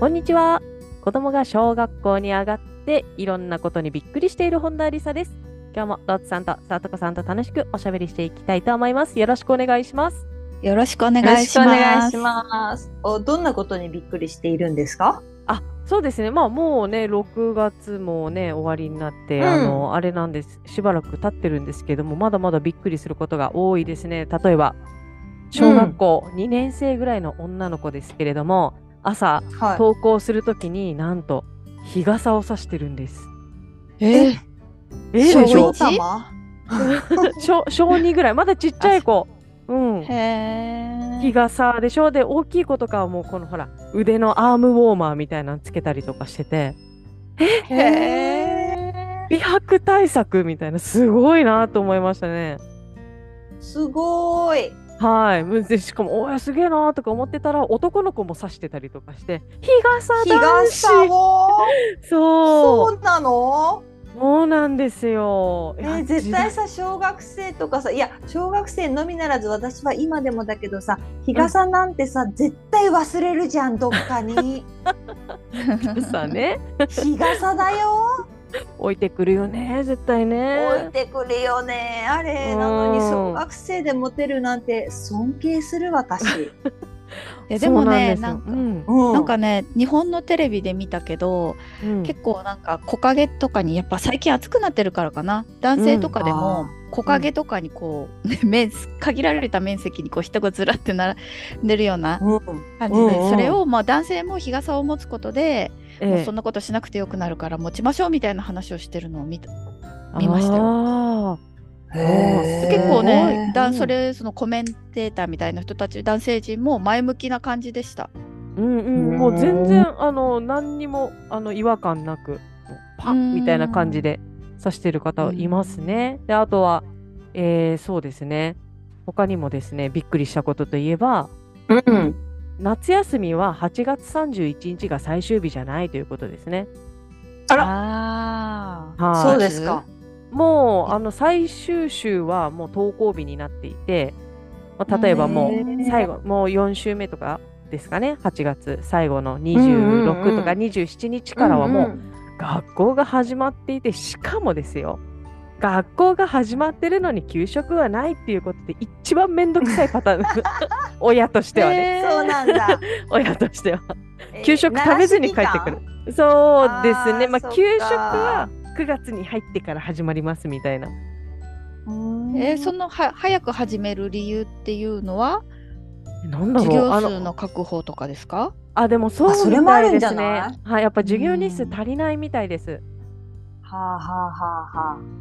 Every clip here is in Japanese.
こんにちは子供が小学校に上がっていろんなことにびっくりしている本田理沙です今日もロッツさんとさとこさんと楽しくおしゃべりしていきたいと思いますよろしくお願いしますよろしくお願よろいししくお願ますいします。おどんなことにびっくりしているんですか？あそうですね、まあ、もうね、6月もね、終わりになって、うんあのあれなんです、しばらく経ってるんですけども、まだまだびっくりすることが多いですね、例えば、小学校2年生ぐらいの女の子ですけれども、朝、は登校するときになんと、日傘を差してるんです。 ええ小でしょ一様。小小2ぐらい、まだちっちゃい子。うんへ日え傘でしょで大きい子とかはもうこのほら腕のアームウォーマーみたいなのつけたりとかしててへえ。美白対策みたいなすごいなと思いましたね。すごーい。はいむでしかも「おやすげえな」とか思ってたら男の子も刺してたりとかして「日傘日男子傘を。そそううなの？そうなんですよ。いえやー絶対さ小学生とかさいや小学生のみならず私は今でもだけどさ日傘なんてさ、絶対忘れるじゃんどっか に時代 さね日傘だよ置いてくるよね絶対置いね。てくるよねあれうんなのに小学生でモテるなんて尊敬する私、いやでもねそうなんですか、ようんうなんかね日本のテレビで見たけど、うん結構なんか木陰とかにやっぱ最近暑くなってるからかな男性とかでうもん木陰とかにこう、 ね面限られた面積にこう人がずらって並んでるようなうん感じで、うんうんそれをまあ男性も日傘を持つことで、ええもうそんなことしなくてよくなるから持ちましょうみたいな話をしてるのを見た見ましたよよ。へー結構ね、うだんそれそのコメンテーターみたいな人たち男性陣も前向きな感じでした。うんうん、もう全然あの何にもあの違和感なくもうパうッんみたいな感じで指してる方いますね。であとは、えーそうですね他にもですねびっくりしたことといえばうん夏休みは8月31日が最終日じゃないということですね。あらあはいそうですかもうあの最終週はもう登校日になっていて、まあ、例えばもへうー最後もう4週目とかですかね8月最後のうんうん26とかうん27日からはもう、ん学校が始まっていてしかもですよ学校が始まってるのに給食はないっていうことで一番面倒くさいパター ン親としてはね、うんそうなんだ親としては給食食べずに帰ってくるそうですねまあーそあっか給食は9月に入ってから始まりますみたいなえーそののは早く始める理由っていうのはなんだ授ろう業あ数のの確保とかですかあでもそうあそれみもあたいるんでじゃすねないはいやっぱ授業日数うん足りないみたいですはあはあは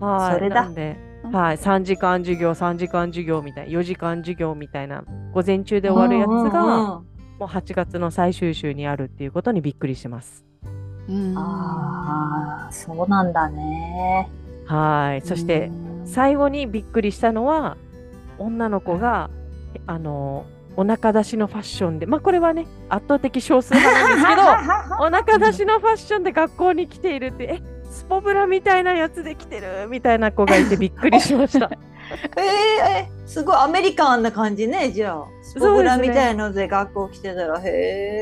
あははいそれだなんでうんはい、3時間授業3時間授業みたいな4時間授業みたいな午前中で終わるやつが、うんうんもう8月の最終週にあるっていうことにびっくりしてます。うんああそうなんだねはい。そしてうん最後にびっくりしたのは女の子がえあのお腹出しのファッションで、まあこれはね圧倒的少数派なんですけど、お腹出しのファッションで学校に来ているって、えスポブラみたいなやつで来てるみたいな子がいてびっくりしました。 えーえーすごいアメリカンな感じねじゃあスポブラみたいので学校来てたら、へ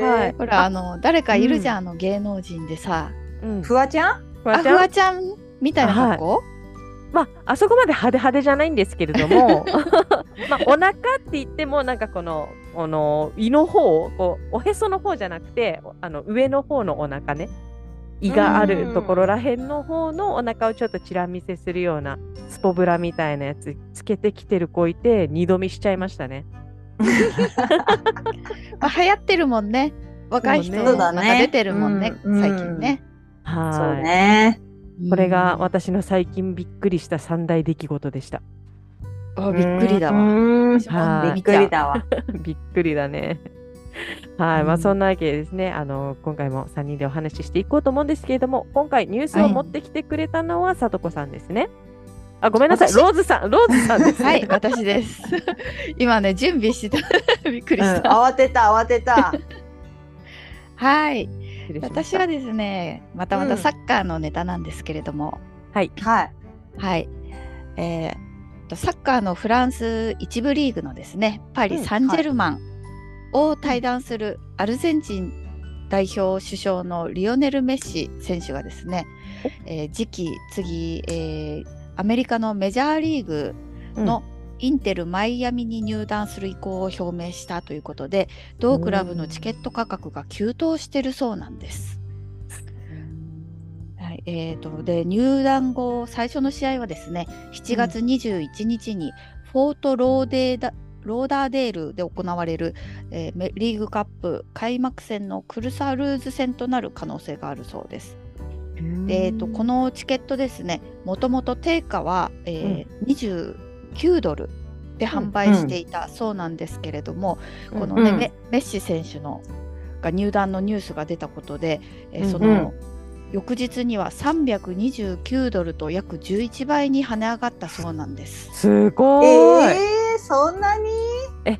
え、はい。ほらあの誰かいるじゃん、あの芸能人でさうん。フワちゃんフあワちフゃんワちゃんみたいな格好、まあ、あそこまで派手派手じゃないんですけれども、まあ、お腹って言ってもなんかこのこの胃の方こうおへその方じゃなくておあの上の方のお腹ね胃があるところらへんの方のお腹をちょっとちら見せするようなスポブラみたいなやつつけてきてる子いて二度見しちゃいましたね。まあ、流行ってるもんね若い人そうねのなんか出てるもんねそうだね最近ね、はいそうねこれが私の最近びっくりした三大出来事でした。あびっくりだわうん私もはい見びちっく ゃうりだわびっくりだね。はい、まうあんそんなわけでですね、あの今回も3人でお話ししていこうと思うんですけれども、今回ニュースをはい持ってきてくれたのはさとこさんですね。あ、ごめんなさい、私ローズさん、ローズさんですね。 はい、私です。今ね、準備してた。 びっくりうんした。慌てた慌てたはい、失礼しまし私たはですね、またまうたんサッカーのネタなんですけれども、はいはい、えーとサッカーのフランス一部リーグのですね、パうリ・んサンジェルマンを退団するアルゼンチン代表主将のリオネル・メッシ選手がですね、えー次期次、えーアメリカのメジャーリーグのインテル・マイアミに入団する意向を表明したということで同クラブのチケット価格が急騰しているそうなんです。はいえー、とで入団後最初の試合はですね7月21日にフォートローデーダローダーデールで行われる、えーメリーグカップ開幕戦のクルサルーズ戦となる可能性があるそうです。でえー、とこのチケットですねもともと定価は、えー29ドルで販売していたそうなんですけれども、うんこの、ねうんメメッシ選手のが入団のニュースが出たことで、えーうんその翌日には329ドルと約11倍に跳ね上がったそうなんです。すごえーい。ー、そんなにねえ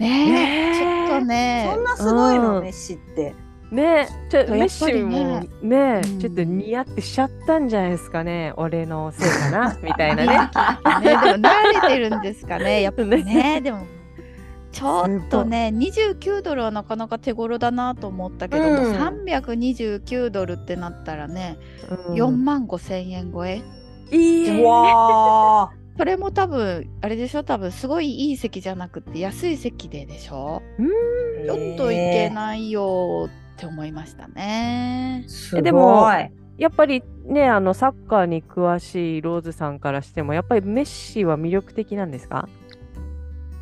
ねえちょっとねそんなすごいの、うんメッシってねちょちょっとメッやっぱシりねもねうんちょっと似合ってしちゃったんじゃないですかね、俺のせいか なみたいなね。ねでも慣れてるんですかねやっぱ りねでもちょっとね29ドルはなかなか手頃だなと思ったけども、うん329ドルってなったらね、うん4万5千円超えいいねうわそれも多分あれでしょ多分すごいいい席じゃなくて安い席ででしょーちょっといけないよって思いましたねえー。すごいでもやっぱりねあのサッカーに詳しいローズさんからしてもやっぱりメッシは魅力的なんですか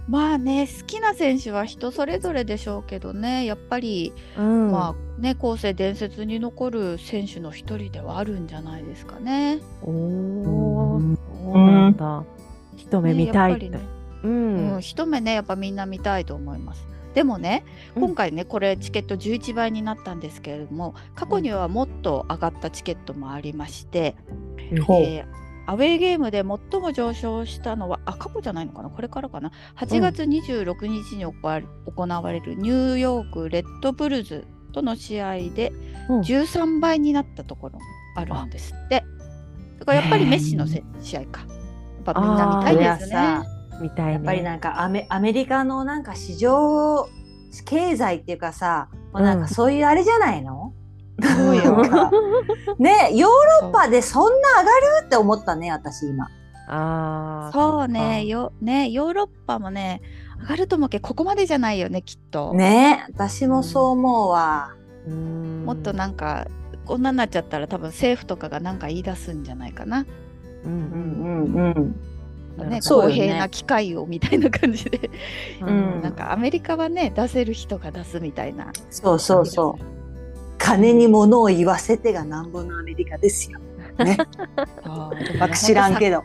まあね好きな選手は人それぞれでしょうけどねやっぱりうんまあね後世伝説に残る選手の一人ではあるんじゃないですかね。おーそうなんだ。一目見たいねっやてっぱりね、ううんん。一目ねやっぱみんな見たいと思います。でもねうん今回ね、これチケット11倍になったんですけれども過去にはもっと上がったチケットもありまして、ほうえーアウェーゲームで最も上昇したのはあ過去じゃないのかなこれからかな8月26日に行われ,、行われるニューヨークレッドブルズとの試合でうん13倍になったところもあるんですって、だからやっぱりメッシのせ試合かやっぱみんな見たいですあーね。見たいね。やっぱりなんかアメアメリカのなんか市場経済っていうかさ、もうなんかそういうあれじゃないの、そうよなんかねヨーロッパでそんな上がるって思ったね私今。 ああ。そうっかねよねヨーロッパもね上がると思うけどここまでじゃないよねきっと、ね私もそう思うわ。うんもっとなんかこんなになっちゃったら多分政府とかがなんか言い出すんじゃないかな。ううんんうんうん。なるね、ほそうよ公ね平な機会をみたいな感じで、どうんなんかアメリカはね出せる人が出すみたいなそうそうそう。金に物を言わせてがなんぼのアメリカですよ。ね。うわ知らんけど。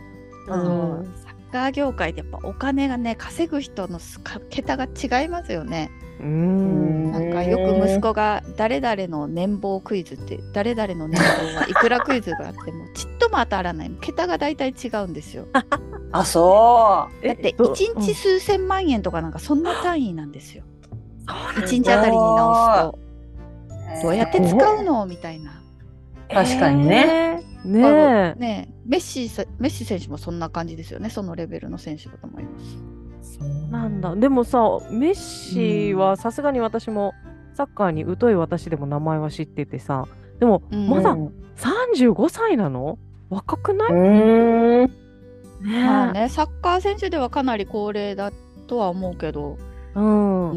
ど、うんサッカー業界ってやっぱお金がね稼ぐ人のすか桁が違いますよねうん。なんかよく息子が誰々の年俸クイズって誰々の年俸はいくらクイズがあってもちっとも当たらない桁が大体違うんですよだあそう。だってど1日数千万円とかなんかそんな単位なんですよ1日あたりにす直ごすとどうやって使うのみたいな確かにね。えーねえ。ねえメッシさメッシ選手もそんな感じですよね、そのレベルの選手だと思います。なんだ。でもさ、メッシはさすがに私もサッカーに疎い私でも名前は知っててさ。でもうんまだうん？35歳なの？若くないうーん。まあねね、サッカー選手ではかなり高齢だとは思うけど、え。うんう。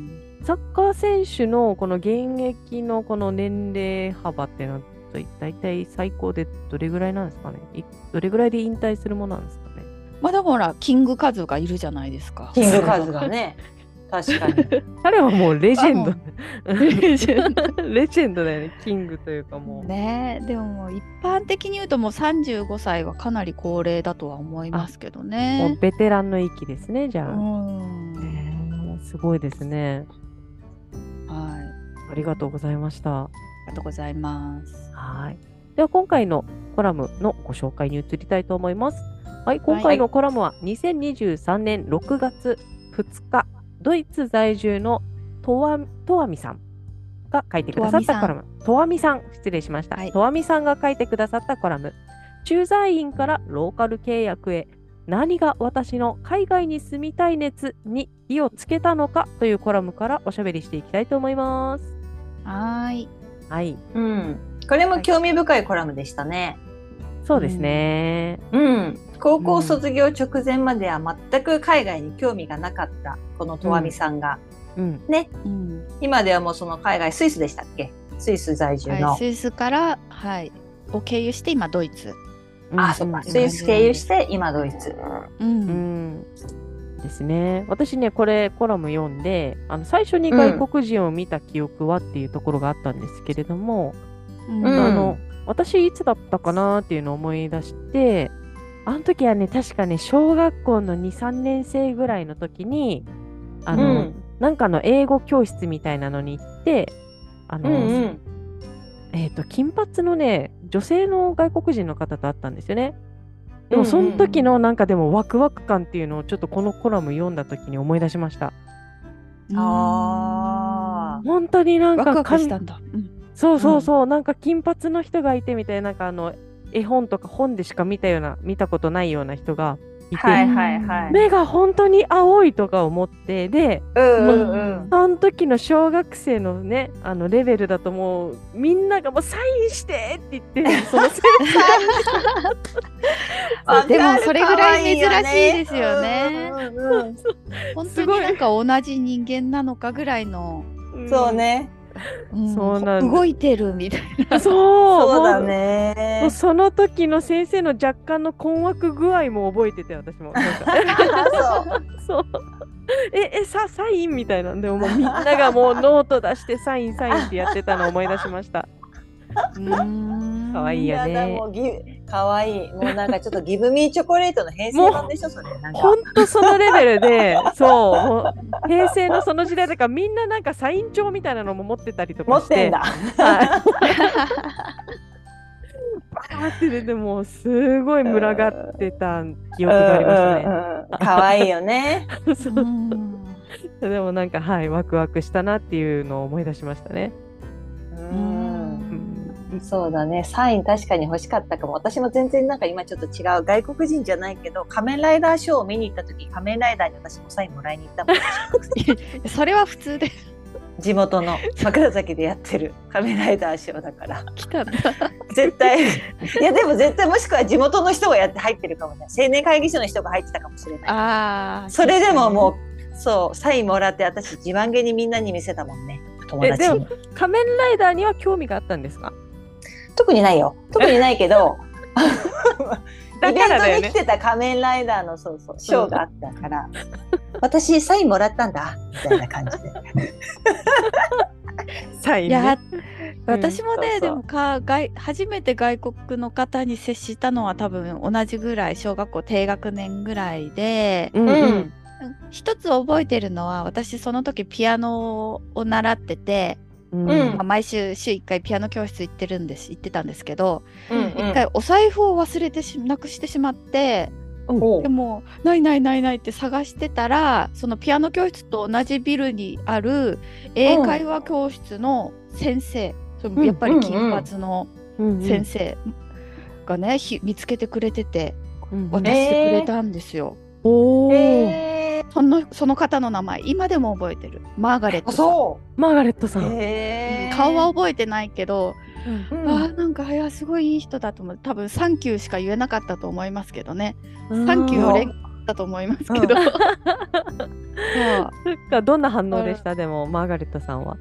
んサッカー選手のこの現役のこの年齢幅っていうのは大体最高でどれぐらいなんですかねいどれぐらいで引退するものなんですかねまだほら、キングカズがいるじゃないですか。キングカズが ね。確かに。彼はもうレジェンあド レジェンドレジェンドだよねキングというかもう、 ねえでももう一般的に言うともう35歳はかなり高齢だとは思いますけどもうね。ベテランの域ですねじゃあ、うんすごいですねありがとうございました。りがとうございます。はい。では今回のコラムのご紹介に移りたいと思います。はい、今回のコラムは2023年6月2日、ドイツ在住のとわとわみさんが書いてくださったコラム。とわみさん、失礼しましたはい。とわみさんが書いてくださったコラム。駐在員からローカル契約へ。何が私の海外に住みたい熱に火をつけたのかというコラムからおしゃべりしていきたいと思います。はーい。はい、うん、これも興味深いコラムでしたね。そうですね。うん、高校卒業直前までは全く海外に興味がなかったこのとわみさんが、うん、うん。今ではもうその海外スイスでしたっけスイス在住の、はい、スイスから、はい、を経由して今ドイツ。あそっかんスイス経由して今ドイツう。うんん、ですね。私ね、これコラム読んで、あの最初に外国人を見た記憶はっていうところがあったんですけれども、うんうんあの私いつだったかなっていうのを思い出して、あの時はね、確かね、小学校の2、3年生ぐらいの時に、あうの、んなんかの英語教室みたいなのに行って、あうの、んうんえっ、と、金髪のね、女性の外国人の方と会ったんですよね。でも、その時のなんかでもワクワク感っていうのをちょっとこのコラム読んだ時に思い出しました。あー本当になんワクかワク髪したんだ。うんそうそうそう、なんか金髪の人がいてみたいな、なんかあの、絵本とか本でしか見たような、見たことないような人がいて、はいはいはい、目が本当に青いとか思って、で、うんうんうんその時の小学生のね、あのレベルだともう、みんながもうサインしてって言って、その先あでもそれぐらい珍しいですよねうんうんうん本当すにごいなんか同じ人間なのかぐらいの、生 そうねうんそうなんだほ動いてるみたい そうそうだもうねその時の先生の若干の困惑具合も覚えてて私もなん かあそうええさサインみたいなんでももうみんながもうノート出してサインサインってやってたのを思い出しま したな。 可愛いそうよやだねもうギかわいいもうなんかちょっとギブミーチョコレートの平成版でしょそれなんかほんとそのレベルでそうもう平成のその時代だからみんななんかサイン帳みたいなのも持ってたりと持かしっててんだはいバーって出てもうすごい群がってた記憶がありましたねかわいいよね。そううんでもなんかはいワクワクしたなっていうのを思い出しましたね。うんうんそうだね。サイン確かに欲しかったかも。私も全然なんか今ちょっと違う。外国人じゃないけど、仮面ライダーショーを見に行った時、仮面ライダーに私もサインもらいに行ったもん。それは普通で地元の枕崎でやってる仮面ライダーショーだから。来たんだ。 絶対。いやでも絶対もしくは地元の人がやって入ってるかもね。青年会議所の人が入ってたかもしれない。ああ。それでももう、そう、サインもらって私自慢げにみんなに見せたもんね。友え達でにも。仮面ライダーには興味があったんですか特にないよ特にないけ どだかイベンらトだよにね来てた仮面ライダーのそうそうショーがあったから、私サインもらったんだみたいな感じで サイン、いやね、、私もね、そうそうでもか外初めて外国の方に接したのは多分同じぐらい小学校低学年ぐらいで、うんうん一つ覚えてるのは私その時ピアノを習ってて、うんうまあ、毎週週1回ピアノ教室行ってるんです行ってたんですけど、うんうん一回お財布を忘れてしなくしてしまっておうでも「ないないないない」って探してたらそのピアノ教室と同じビルにある英会話教室の先生、そのやっぱり金髪のうんうん先生がね、ひ見つけてくれててうん渡してくれたんですよ。おーへーそのその方の名前今でも覚えてるマーガレットあさんそマーガレットさ、うんへー顔は覚えてないけど、うんあーなんかいやすごいいい人だと思う多分「サンキュー」しか言えなかったと思いますけどね「サンキュー」を連呼だと思いますけど、そうそっかどんな反応でしたでもマーガレットさんは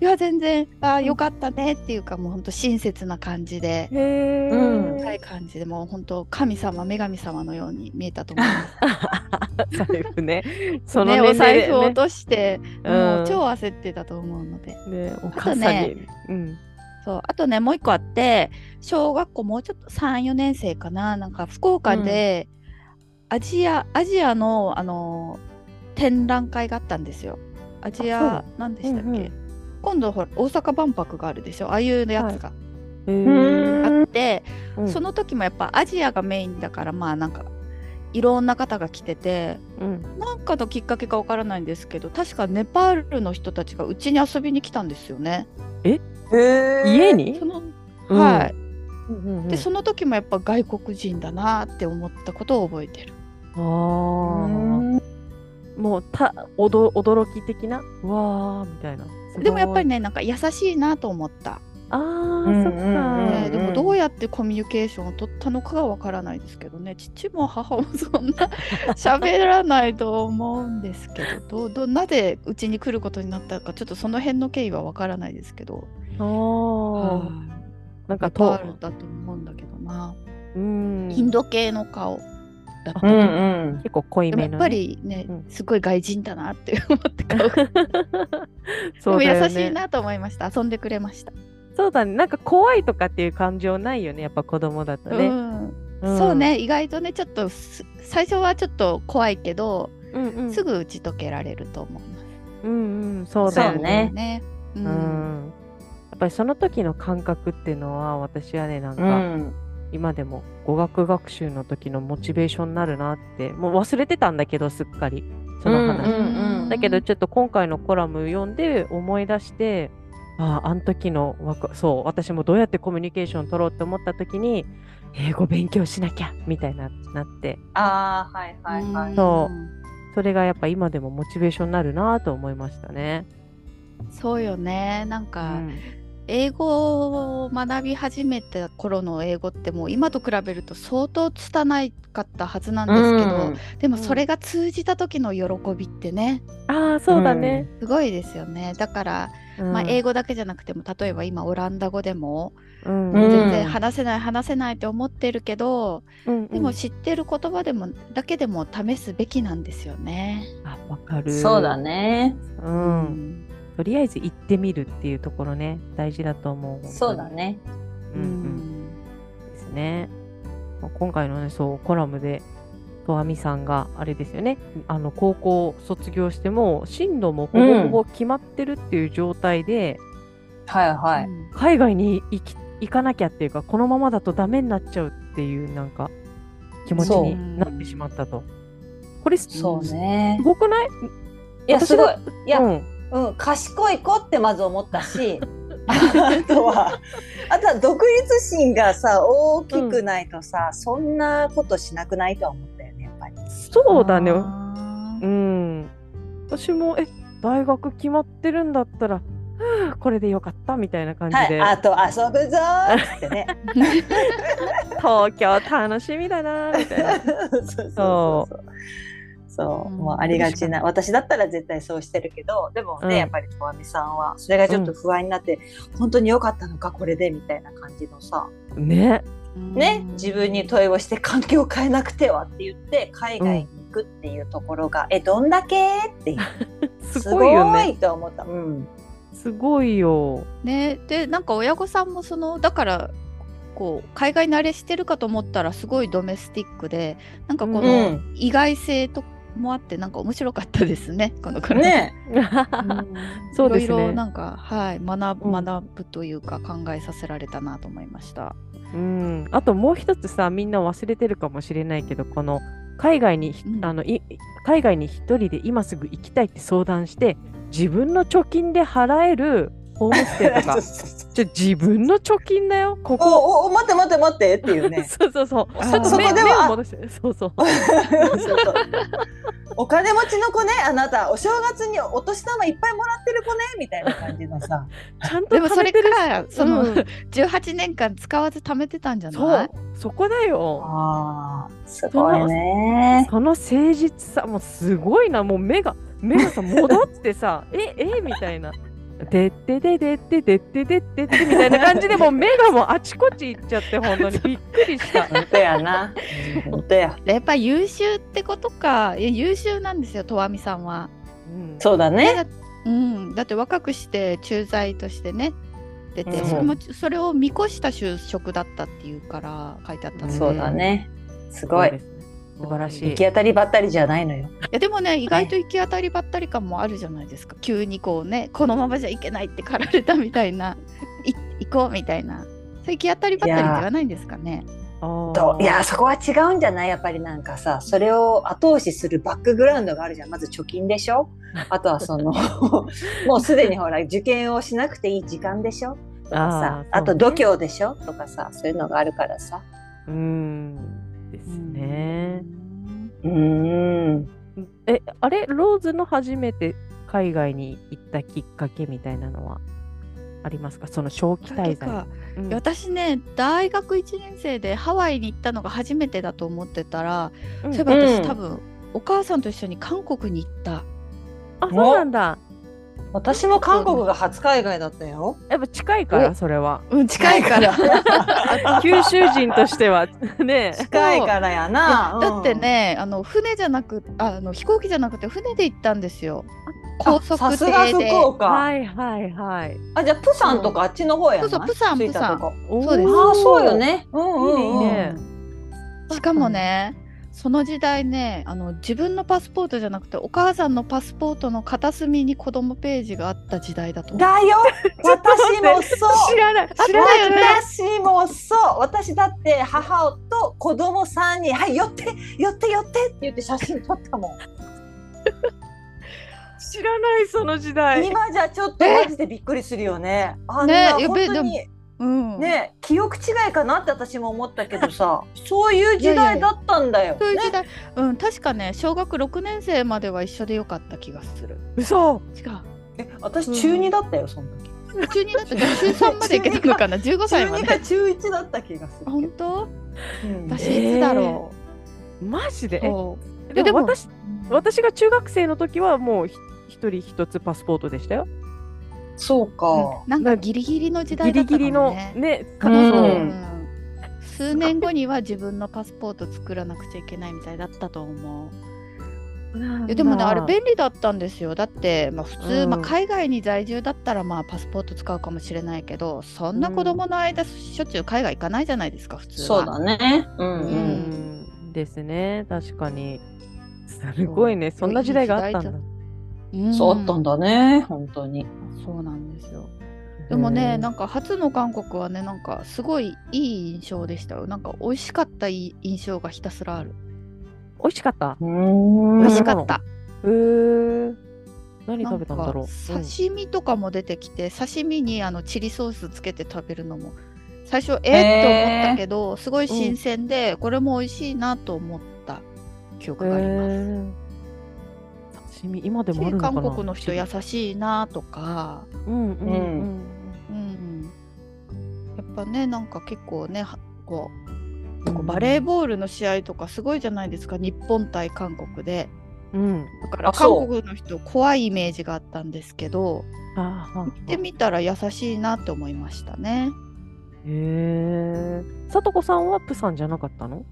いや全然「あーよかったね」っていうかもうほんと親切な感じで。へえ、うん深い感じでもう本当神様女神様のように見えたと思います。財布ねそのね年お齢財でね布を落として、うんもう超焦ってたと思うので。ねお母さんに、うんそうあとねもう一個あって小学校もうちょっと34年生かななんか福岡で、アジアアジアのあの展覧会があったんですよ。アジあそうア何でしたっけ、うんうん今度ほら大阪万博があるでしょああいうやつがうあって、うんその時もやっぱアジアがメインだからまあなんかいろんな方が来ててうんなんかのきっかけかわからないんですけど確かネパールの人たちがうちに遊びに来たんですよね。家ににそ、のうんはい、うんうんうんでその時もやっぱ外国人だなって思ったことを覚えてる。あーもうたおど驚き的なうわーみたいなでもやっぱりねねなんか優しいなと思った、あー、うんそっか、うんうんねでもどうやってコミュニケーションを取ったのかがわからないですけどね父も母もそんな喋らないと思うんですけどどうどう なぜうちに来ることになったかちょっとその辺の経緯はわからないですけどあはーいなんネかパとールだと思うんだけどな、うんインド系の顔だったとう思うんうん。結構濃いでもめやの、ね、っぱりね、うんすごい外人だなって思って顔がで そうもだよ優ねしいなと思いました。遊んでくれました。そうだねなんか怖いとかっていう感情ないよねやっぱ子供だとうね、んんそうね、意外とね、ちょっとす最初はちょっと怖いけど、うんうんすぐ打ち解けられると思います。うんうんそうだよそうねねね。う。うんんやっぱりその時の感覚っていうのは私はねなんうか、ん。今でも語学学習の時のモチベーションになるなってもう忘れてたんだけどすっかりその話、うんうんうんだけどちょっと今回のコラム読んで思い出してあああの時のわかそう私もどうやってコミュニケーション取ろうって思った時に英語勉強しなきゃみたいななってああ、はいはいはういん。そそれがやっぱ今でもモチベーションになるなと思いましたね。そうよね。なんうか、ん英語を学び始めた頃の英語ってもう今と比べると相当拙いかったはずなんですけど、でもそれが通じた時の喜びってね、ああそうだね。すごいですよね。だから、まあ英語だけじゃなくても例えば今オランダ語でもうんうん全然話せない話せないって思ってるけど、うんでも知ってる言葉でもだけでも試すべきなんですよね。あわかうる。ん。そうだ。ね。う。うんとりあえず行ってみるっていうところね大事だと思うそうだ、ね。本当うにうんうん、んですね、まあ今回のねそうコラムでとわみさんがあれですよねあの高校卒業しても進路もほぼほぼ決まってるっていう状態で、はいはい。海外に行き行かなきゃっていうかこのままだとダメになっちゃうっていうなんか気持ちそうになってしまったとこれすそうすね。ごくないいや、私すごいが。いやう、ん、うん、賢い子ってまず思っ たしあとはあとは独立心がさ大きくないとさ、そんなことしなくないとは思ったよねやっぱり。そうだねあうーん、私もえ大学決まってるんだったら、はあこれでよかったみたいな感じはで、い、あと遊ぶぞーってね。東京楽しみだなみたいな。そうそうそうそう。そう、もうありがちな私だったら絶対そうしてるけどでもね、うんやっぱりとわみさんはそれがちょっと不安になって、本当に良かったのかこれでみたいな感じのさ、ね、ね自分に問いをして環境を変えなくてはって言って海外に行くっていうところが、えどんだけってい うすごいよすね。ごいと思った。うん。すごいよ。ねでなんか親御さんもそのだからこう海外慣れしてるかと思ったらすごいドメスティックでなんかこうの意外性ともあってなんか面白かったですね このくらい。ねそうですねいろいろなんか、はい、学うんぶ学ぶというか考えさせられたなと思いました。うん、あともう一つさ、みんな忘れてるかもしれないけど、この海外にひ、うんあのい海外に一人で今すぐ行きたいって相談して、自分の貯金で払えるホームステイとか、ちょ自分の貯金だよ。こ おこ。おお待って待って待ってっていう ね。そうそうそう。あーちょっとそ目こで目をは戻して、そうそう。そうそうお金持ちの子ねあなたお正月にお年玉いっぱいもらってる子ねみたいな感じのさ。ちゃんとでも貯それめてかるらその、 うん18年間使わず貯めてたんじゃそなういそこだよああすごいね。その誠実さもうすごいなもう目が目がさ戻ってさ ええみたいな。でってででってでってでってってみたいな感じでもう目がもうあちこち行っちゃって本当にびっくりした。本当やな。本当や。やっぱり優秀ってことかいや優秀なんですよとわみさんは。うんそうだね。うん、だって若くして駐在としてね出てうんそれもそれを見越した就職だったっていうから書いてあったのでそうだね。すごそういで。すね素晴らしい行き当たりばったりじゃないのよ。いやでもね意外と行き当たりばったり感もあるじゃないですか、急にこうねこのままじゃいけないって駆られたみたいない行こうみたいなそういう行き当たりばったりではないんですかねといやそこは違うんじゃないやっぱりなんかさそれを後押しするバックグラウンドがあるじゃんまず貯金でしょあとはその もうすでにほら受験をしなくていい時間でしょとかさあーあ,、そうとね度胸でしょとかさそういうのがあるからさうーんですね。うーんえあれローズの初めて海外に行ったきっかけみたいなのはありますかその長期滞だけ在か。うん私ね大学1年生でハワイに行ったのが初めてだと思ってたら、うんそういえば私、うん多分お母さんと一緒に韓国に行ったあそうなんだ。私も韓国が初海外だったよ。やっぱ近いからえそれ は。うん近いから九州人としては ねえ。 近いからやな。だってうんねあの船じゃなくああの飛行機じゃなくて船で行ったんですよ高速さ艇すが福で岡。はいはいはい。あじゃあプサンとかあっちの方やない。そうそうプサン着いたとこおーそうですああそうよ。ね。うんうんうん。いいねしかもね、その時代ねあの自分のパスポートじゃなくてお母さんのパスポートの片隅に子供ページがあった時代だと思うだよ。私もそう。知らない。知らないよね。私もそう私だって母と子供さんに「はい寄って寄って寄って」って言って写真撮ったもん、知らないその時代。今じゃちょっとマジでびっくりするよねあんねなや本べえ当にうんね記憶違いかなって私も思ったけどさ そういう時代だったんだよそういう時代、うん、確かね小学6年生までは一緒でよかった気がする嘘。違うねえ私中2だったよその時中2だったから中3までいけたのか な15歳中ま2でか中1だった気がする本当うん私いつだろマジでう、。そうええででもも私私が中学生の時はもうひ一人一つパスポートでしたよ。そうかうんなんかギリギリのギ時代だリっギたかリものねね。うかうんん数年後には自分のパスポート作らなくちゃいけないみたいだったと思ういやでもねあれ便利だったんですよだって、まあ、普通、うんまあ、海外に在住だったらまあパスポート使うかもしれないけどそんな子供の間、しょっちゅう海外行かないじゃないですか普通はそうだねうんううんんんですね確かに。すごいねそんな時代があったんだ。うんそうあったんだね本当にそうなんですよでもね、なんか初の韓国はねなんかすごいいい印象でしたよなんか美味しかったいい印象がひたすらある美味しかった。うん美味昔しかからったえー、何な食んべかたんだろう。うん刺身とかも出てきて、刺身にあのチリソースつけて食べるのも最初えへーーっと思ったけど、すごい新鮮で、これも美味しいなと思った記憶があります。えー刺身今でもあるのか韓な。国の人優しいなとか、うんうんうん。うん、やっぱねなんか結構ねはこううんバレーボールの試合とかすごいじゃないですか日本対韓国でうん。だからあそ韓う国の人怖いイメージがあったんですけどああ。行ってみたら優しいなって思いましたね。へえ。さとこさんはプサンじゃなかったの？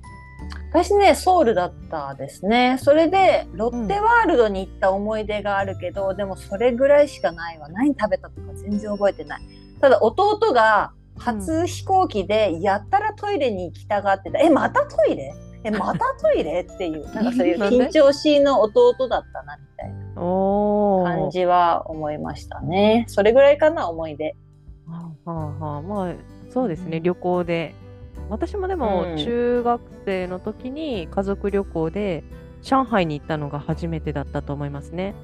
私ねソウルだったですねそれでロッテワールドに行った思い出があるけど、でもそれぐらいしかないわ何食べたとか全然覚えてないただ弟が初飛行機でやったらトイレに行きたがってた、えまたトイレえまたト イレっていうなんかそういうなんで緊張しいの弟だったなみたいなおお。感じは思いましたねそれぐらいかな思い出はあはあはあ、まあそうですね、うん旅行で私もでもうん中学生の時に家族旅行で上海に行ったのが初めてだったと思いますね、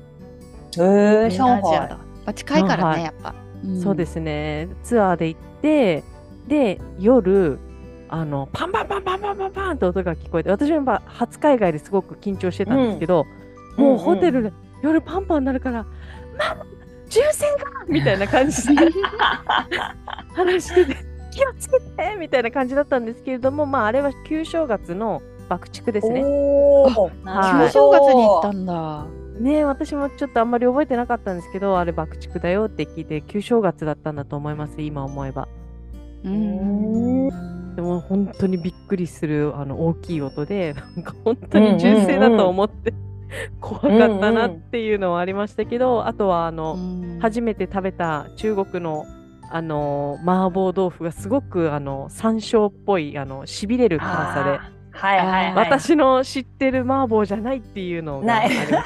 へえ南アジアだ。まあ、近いか上ら海ね、やっぱ。。そうです すねツアーで行ってで夜あのパンパンパンパンパンパンパンって音が聞こえて私もやっぱ初海外ですごく緊張してたんですけど、うんもううんうんホテルで夜パンパンになるから「ママ抽選が!」みたいな感じで話してて気をつけてみたいな感じだったんですけれども、まあ、あれは旧正月の爆竹ですね。おおはい旧正月に行ったんだ。ね私もちょっとあんまり覚えてなかったんですけどあれ爆竹だよって聞いて旧正月だったんだと思います今思えば。ううんん。でも本当にびっくりするあの大きい音でなんか本当に純正だと思って 怖かったなっていうのはありましたけど、あとはあの、うん初めて食べた中国のあの麻婆豆腐がすごくあの山椒っぽいあのしびれる辛さで。はいはいはい。私の知ってる麻婆じゃないっていうのがなあいりました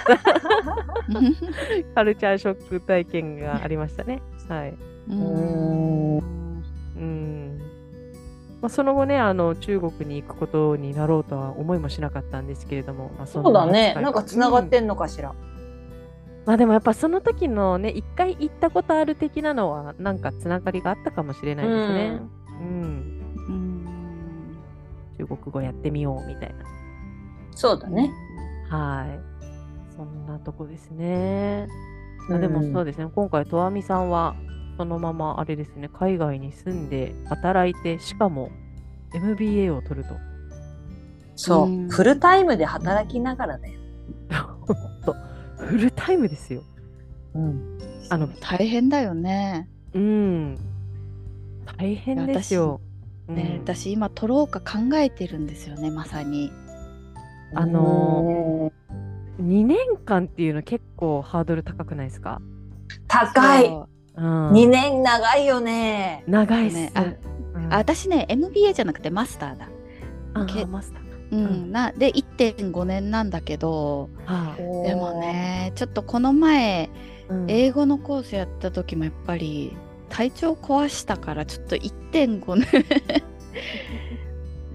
カルチャーショック体験がありましたね。はい、うんうんまあ、その後ねあの中国に行くことになろうとは思いもしなかったんですけれども、まあ、そうだね。機会なんかつながってんのかしら。まあでもやっぱその時のね一回行ったことある的なのはなんかつながりがあったかもしれないですね。うん、うん中国語やってみようみたいそうだね。な。はい。そんなとこですね。まあ、でもうんそうですね、今回とわみさんはそのままあれですね海外に住んで働いてしかも MBA を取ると。そう、うんフルタイムで働きながらだよ。フルタイムですよ。うん。あの大変だよね。うん。大変ですよ。ね、うん私今取ろうか考えてるんですよねまさに。あの2年間っていうの結構ハードル高くないですか、高い。そううん二年長いよね。長いっす、ねあうんあ私ね MBA じゃなくてマスターだ。あけマスターうんうんなで1.5年なんだけどかはでも、ねちょっとこの前あうん英語のコースやった時もやっぱり体調壊したからちょっと1.5年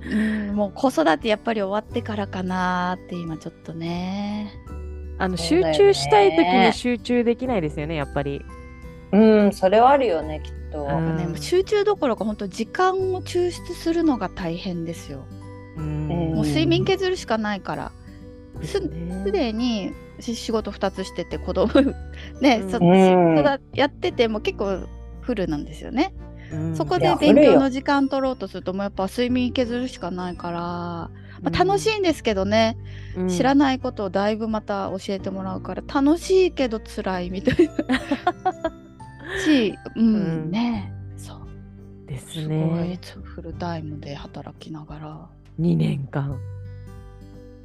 うんもう子育てやっぱり終わってからかなーって今ちょっとねあのそう集だよね中したい時に集中できないですよねやっぱり。うん、それはあるよね、きっと。うんねもう集中どころか本当時間を抽出するのが大変ですようんうんもう睡眠削るしかないからすねすでにし仕事2つしてて子供 ね、そうんそだやってても結構フルなんですよね、うんそこいでやい勉古い強よの時間取ろうとするともうやっぱ睡眠削るしかないから、まあ楽しいんですけどね、うん知らないことをだいぶまた教えてもらうから楽しいけど辛いみたいな しうん、うんねそうですすごいね。そうフルタイムで働きながら2年間。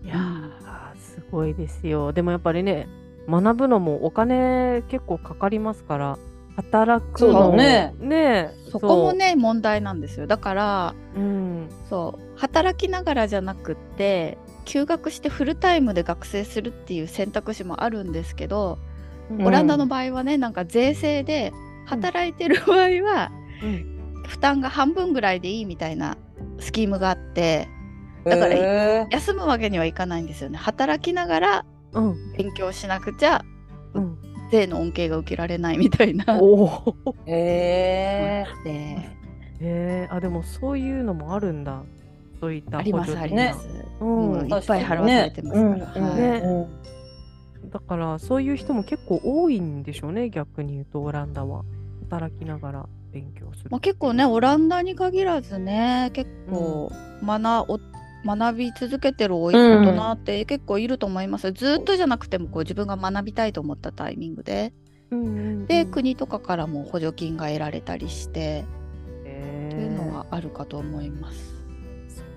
いやうんー、すごいですよ。でもやっぱりね、学ぶのもお金結構かかりますから、働くのもそうだねねえそこも、ね問題なんですよだからそううん、そう働きながらじゃなくって休学してフルタイムで学生するっていう選択肢もあるんですけど、んオランダの場合はねなんか税制で働いてる場合はうん負担が半分ぐらいでいいみたいなスキームがあってだからへー休むわけにはいかないんですよね働きながらうん、勉強しなくちゃうん、税の恩恵が受けられないみたいな。おお。へ ーでえー、あ、でもそういうのもあるんだ。そういったあります補あ助り的なます、うんうんい確っぱいか払にわねされてますから、うんはいねうんだからそういう人も結構多いんでしょうね、逆に言うとオランダは。働きながら勉強する。まあ、結構ねオランダに限らずね結構学,、お学び続けてる多い大人って結構いると思います、ずーっとじゃなくてもこう自分が学びたいと思ったタイミングでうんうんうんで、国とかからも補助金が得られたりしてえーっていうのはあるかと思 います。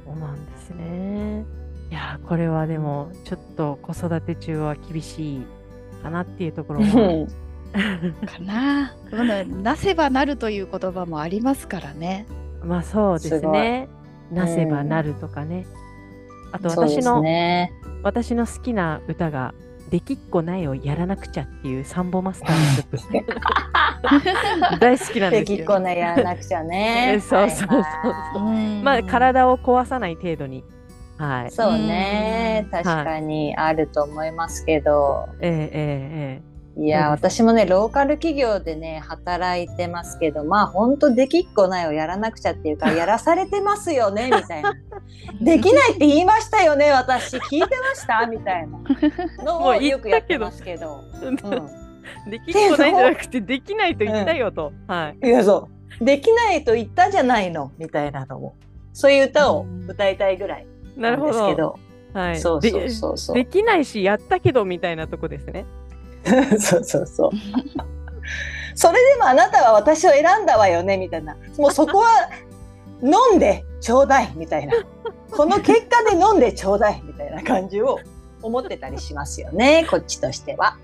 そうなんですね。いやーこれはでもちょっと子育て中は厳しいかなっていうところもかなこのなせばなるという言葉もありますからね。まあそうですすごね。なせばなるとかね。あとそう私での、すね。私の好きな歌が「できっこないをやらなくちゃ」っていうサンボマスタ ーの曲大好きなんでですきっよ。こねやらなくちゃね。 そうそうそうはいはいうんまあ体を壊さない程度に。はい。そうねうん確かにあると思いますけど、えええい、やーそう私もねローカル企業でね働いてますけどまあほんとできっこないをやらなくちゃっていう かやらされてますよねみたいなできないって言いましたよね私聞いてましたみたいなのもをう言よっくやたっけてどますけど。ええうんえ。 できっこないんじゃなくてできないと言ったよと。はい。いやそうできないと言ったじゃないのみたいなのもそういう歌を歌いたいぐらいなるなんほですけど。どはい、そうそうでそうそうできないしやったけどみたいなとこですね。 そうそうそう。それでもあなたは私を選んだわよねみたいな。もうそこは 飲んでちょうだいみたいな。この結果で飲んでちょうだいみたいな感じを思ってたりしますよね。 こっちとしては。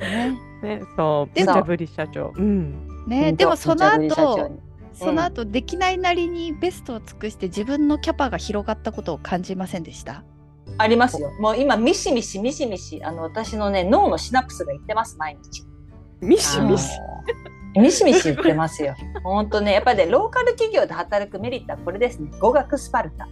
ねね、そう。ででもも、ぶり社長。うん。ねうんでもそのジャブリ社長後にその後、できないなりにベストを尽くして自分のキャパが広がったことを感じませんでしたありますよ。もう今、ミシミシ、ミシミシ、あの、私のね、脳のシナプスが言ってます、毎日。ミシミシ。あの。ミシミシ言ってますよ。本当ね、やっぱりね、ローカル企業で働くメリットはこれですね。語学スパルタ。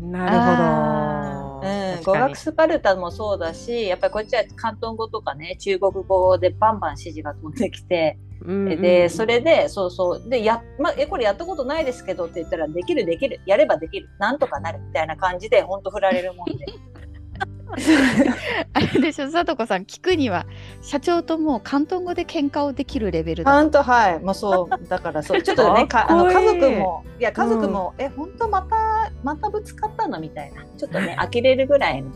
なるほど。うん、確語かに学スパルタもそうだし、やっぱりこっちは広東語とかね、中国語でバンバン指示が飛んできて、うんうんで、それで、そうそう、で、や、まあ、え、これやったことないですけどって言ったら、できるできる、やればできる、なんとかなるみたいな感じで、ほんと振られるもん で。 あれでしょさとこさん聞くには社長ともう広東語で喧嘩をできるレベルだんとはい、まあそう、だから そう、ちょっとね、かあのかっこいい家族も、いや、家族も、え、本当また、またぶつかったのみたいな、ちょっと ね、呆れるぐらいの。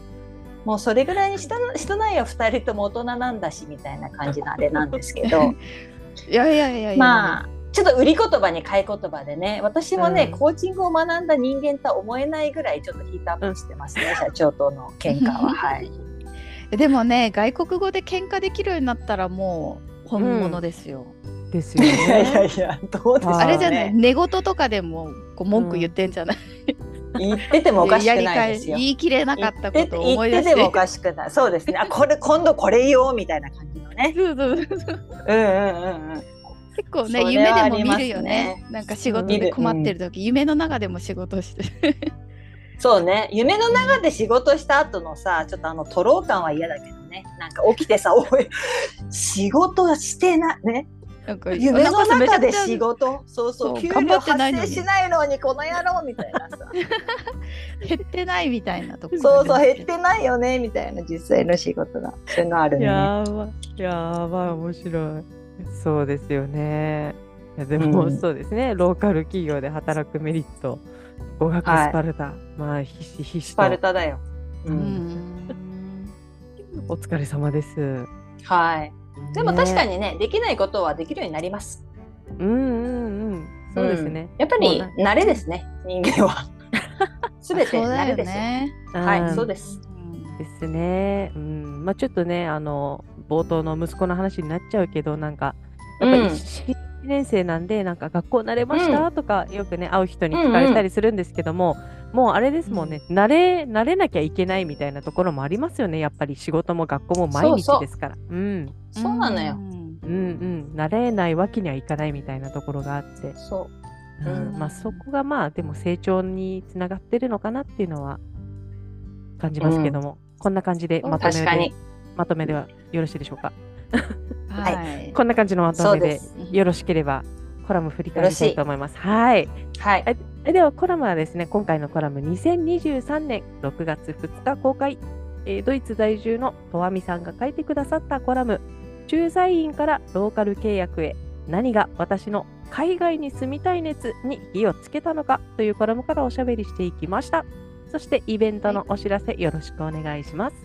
もうそれぐらいにしたしたないよ2人とも大人なんだしみたいな感じのあれなんですけどいやいやいやいやいやまあちょっと売り言葉に買い言葉でね私もね、うんコーチングを学んだ人間とは思えないぐらいちょっとヒートアップしてますね、社長との喧嘩 ははいでもね外国語で喧嘩できるようになったらもう本物ですよ、 ですよね。 いやどうしょうねあれじゃない、寝言とかでもこう文句言ってんじゃない、言っててもおかしやくりない返ですしよ言い切れなかったことを思い言出しってててもおかしくないそうですね あこれ今度これ言おうみたいな感じのね そうそうそううんうんうんうん結構ねそれ夢はであもり見ますねるよねなんか仕事で困ってる時、夢の中でも仕事してるそうね夢の中で仕事した後のさちょっとあのとろう感は嫌だけどねなんか起きてさ「おい仕事してないねなんか夢の中で仕事事そうそうそう給頑張料って発ないの生にしないのにこの野郎みたいなさ減ってないみたいなとこそうそう減ってないよねみたいな実際の仕事がそういうのあるねやばい、やばい、面白い。そうですよね。いやでも、うんそうですね、ローカル企業で働くメリット、語学スパルタ、まあ、ひしひしスとパルタだよ、ううんんお疲れ様です。はいでも確かに、にねできないことはできるようになりますうんうんうん、そうですね。やっぱもうりなん慣れですね人間は すべてそうだ慣れよですよねはいんそうですですね。うん、まあちょっとね、あの冒頭の息子の話になっちゃうけど、なんかやっぱりうん1年生なんで、なんか学校慣れましうたとか、よくね会う人に聞かれたりするんですけども、もうあれですもんね、慣れ慣れなきゃいけないみたいなところもありますよね。やっぱり仕事も学校も毎そうそ日でうすから。うんうんそうなのようんうんうん、慣れないわけにはいかないみたいなところがあって、そううんうんまあそこがまあでも成長につながってるのかなっていうのは感じますけども、こんな感じでまとめ確かでにまとめではよろしいでしょうか。はいはいこんな感じのまとそうめでですよろしければコラム振り返りたいと思います。はい。はいえではコラムはですね今回のコラム2023年6月2日公開、えードイツ在住のとわみさんが書いてくださったコラム「駐在員からローカル契約へ何が私の海外に住みたい熱に火をつけたのか」というコラムからおしゃべりしていきましたそしてイベントのお知らせよろしくお願いします、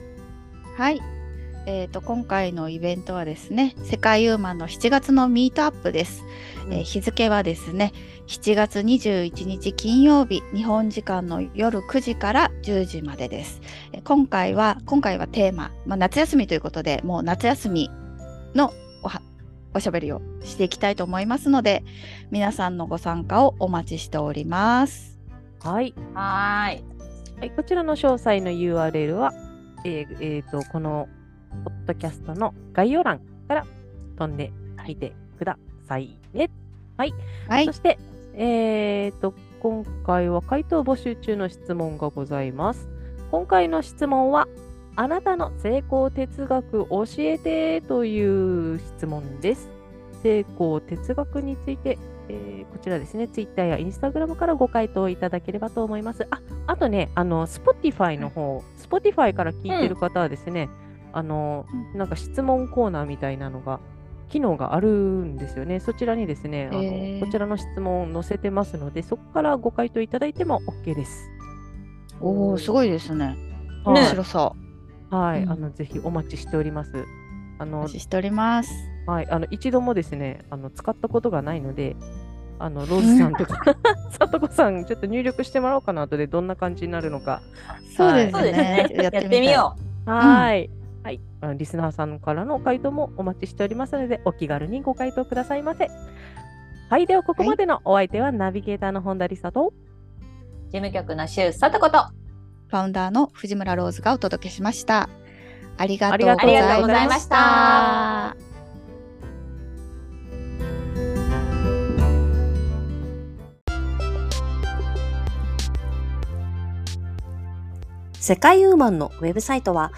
はい。えー、と今回のイベントはですね世界ユーマンの7月のミートアップです、えー日付はですね7月21日金曜日日本時間の夜9時から10時までです、えー今回は今回はテーマ、まあ、夏休みということでもう夏休みのおはおしゃべりをしていきたいと思いますので皆さんのご参加をお待ちしておりますはいはーいはい、こちらの詳細の URL は、えーえーとこのポッドキャストの概要欄から飛んでみてくださいね。はいそして、えーと今回は回答募集中の質問がございます。今回の質問は、あなたの成功哲学教えてという質問です。成功哲学について、えーこちらですね、Twitter や Instagram からご回答いただければと思います。ああとね、あの Spotify の方、Spotify から聞いてる方はですね、あのなんか質問コーナーみたいなのが、機能があるんですよね。そちらにですね、あのへーこちらの質問を載せてますので、そこからご回答いただいても OK です。おおすごいですねはい面白そはい、うんあのぜひお待ちしております。あうおの待ちしておりますはい、あの一度もですね、あの使ったことがないので、あのローズさんと か、さとこさん、ちょっと入力してもらおうかな、後でどんな感じになるのか。そうですねそうですねややっみってたいてみようはい、はい、あのリスナーさんからの回答もお待ちしておりますので、お気軽にご回答くださいませ。はい、ではここまでのお相手はナビゲーターの本田理沙と、事務局の周佐とこと。ファウンダーの藤村ローズがお届けしました。ありがとうあごりがざとうごいまざいしまた。した世界ウーマンのウェブサイトは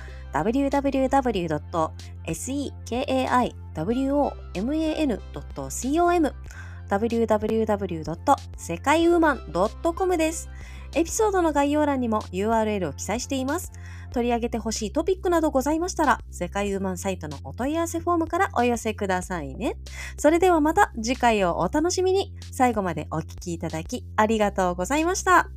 www.sekaiwoman.com www.sekaiwoman.com です。エピソードの概要欄にも URL を記載しています。取り上げてほしいトピックなどございましたら、世界ウーマンサイトのお問い合わせフォームからお寄せくださいね。それではまた次回をお楽しみに。最後までお聞きいただきありがとうございました。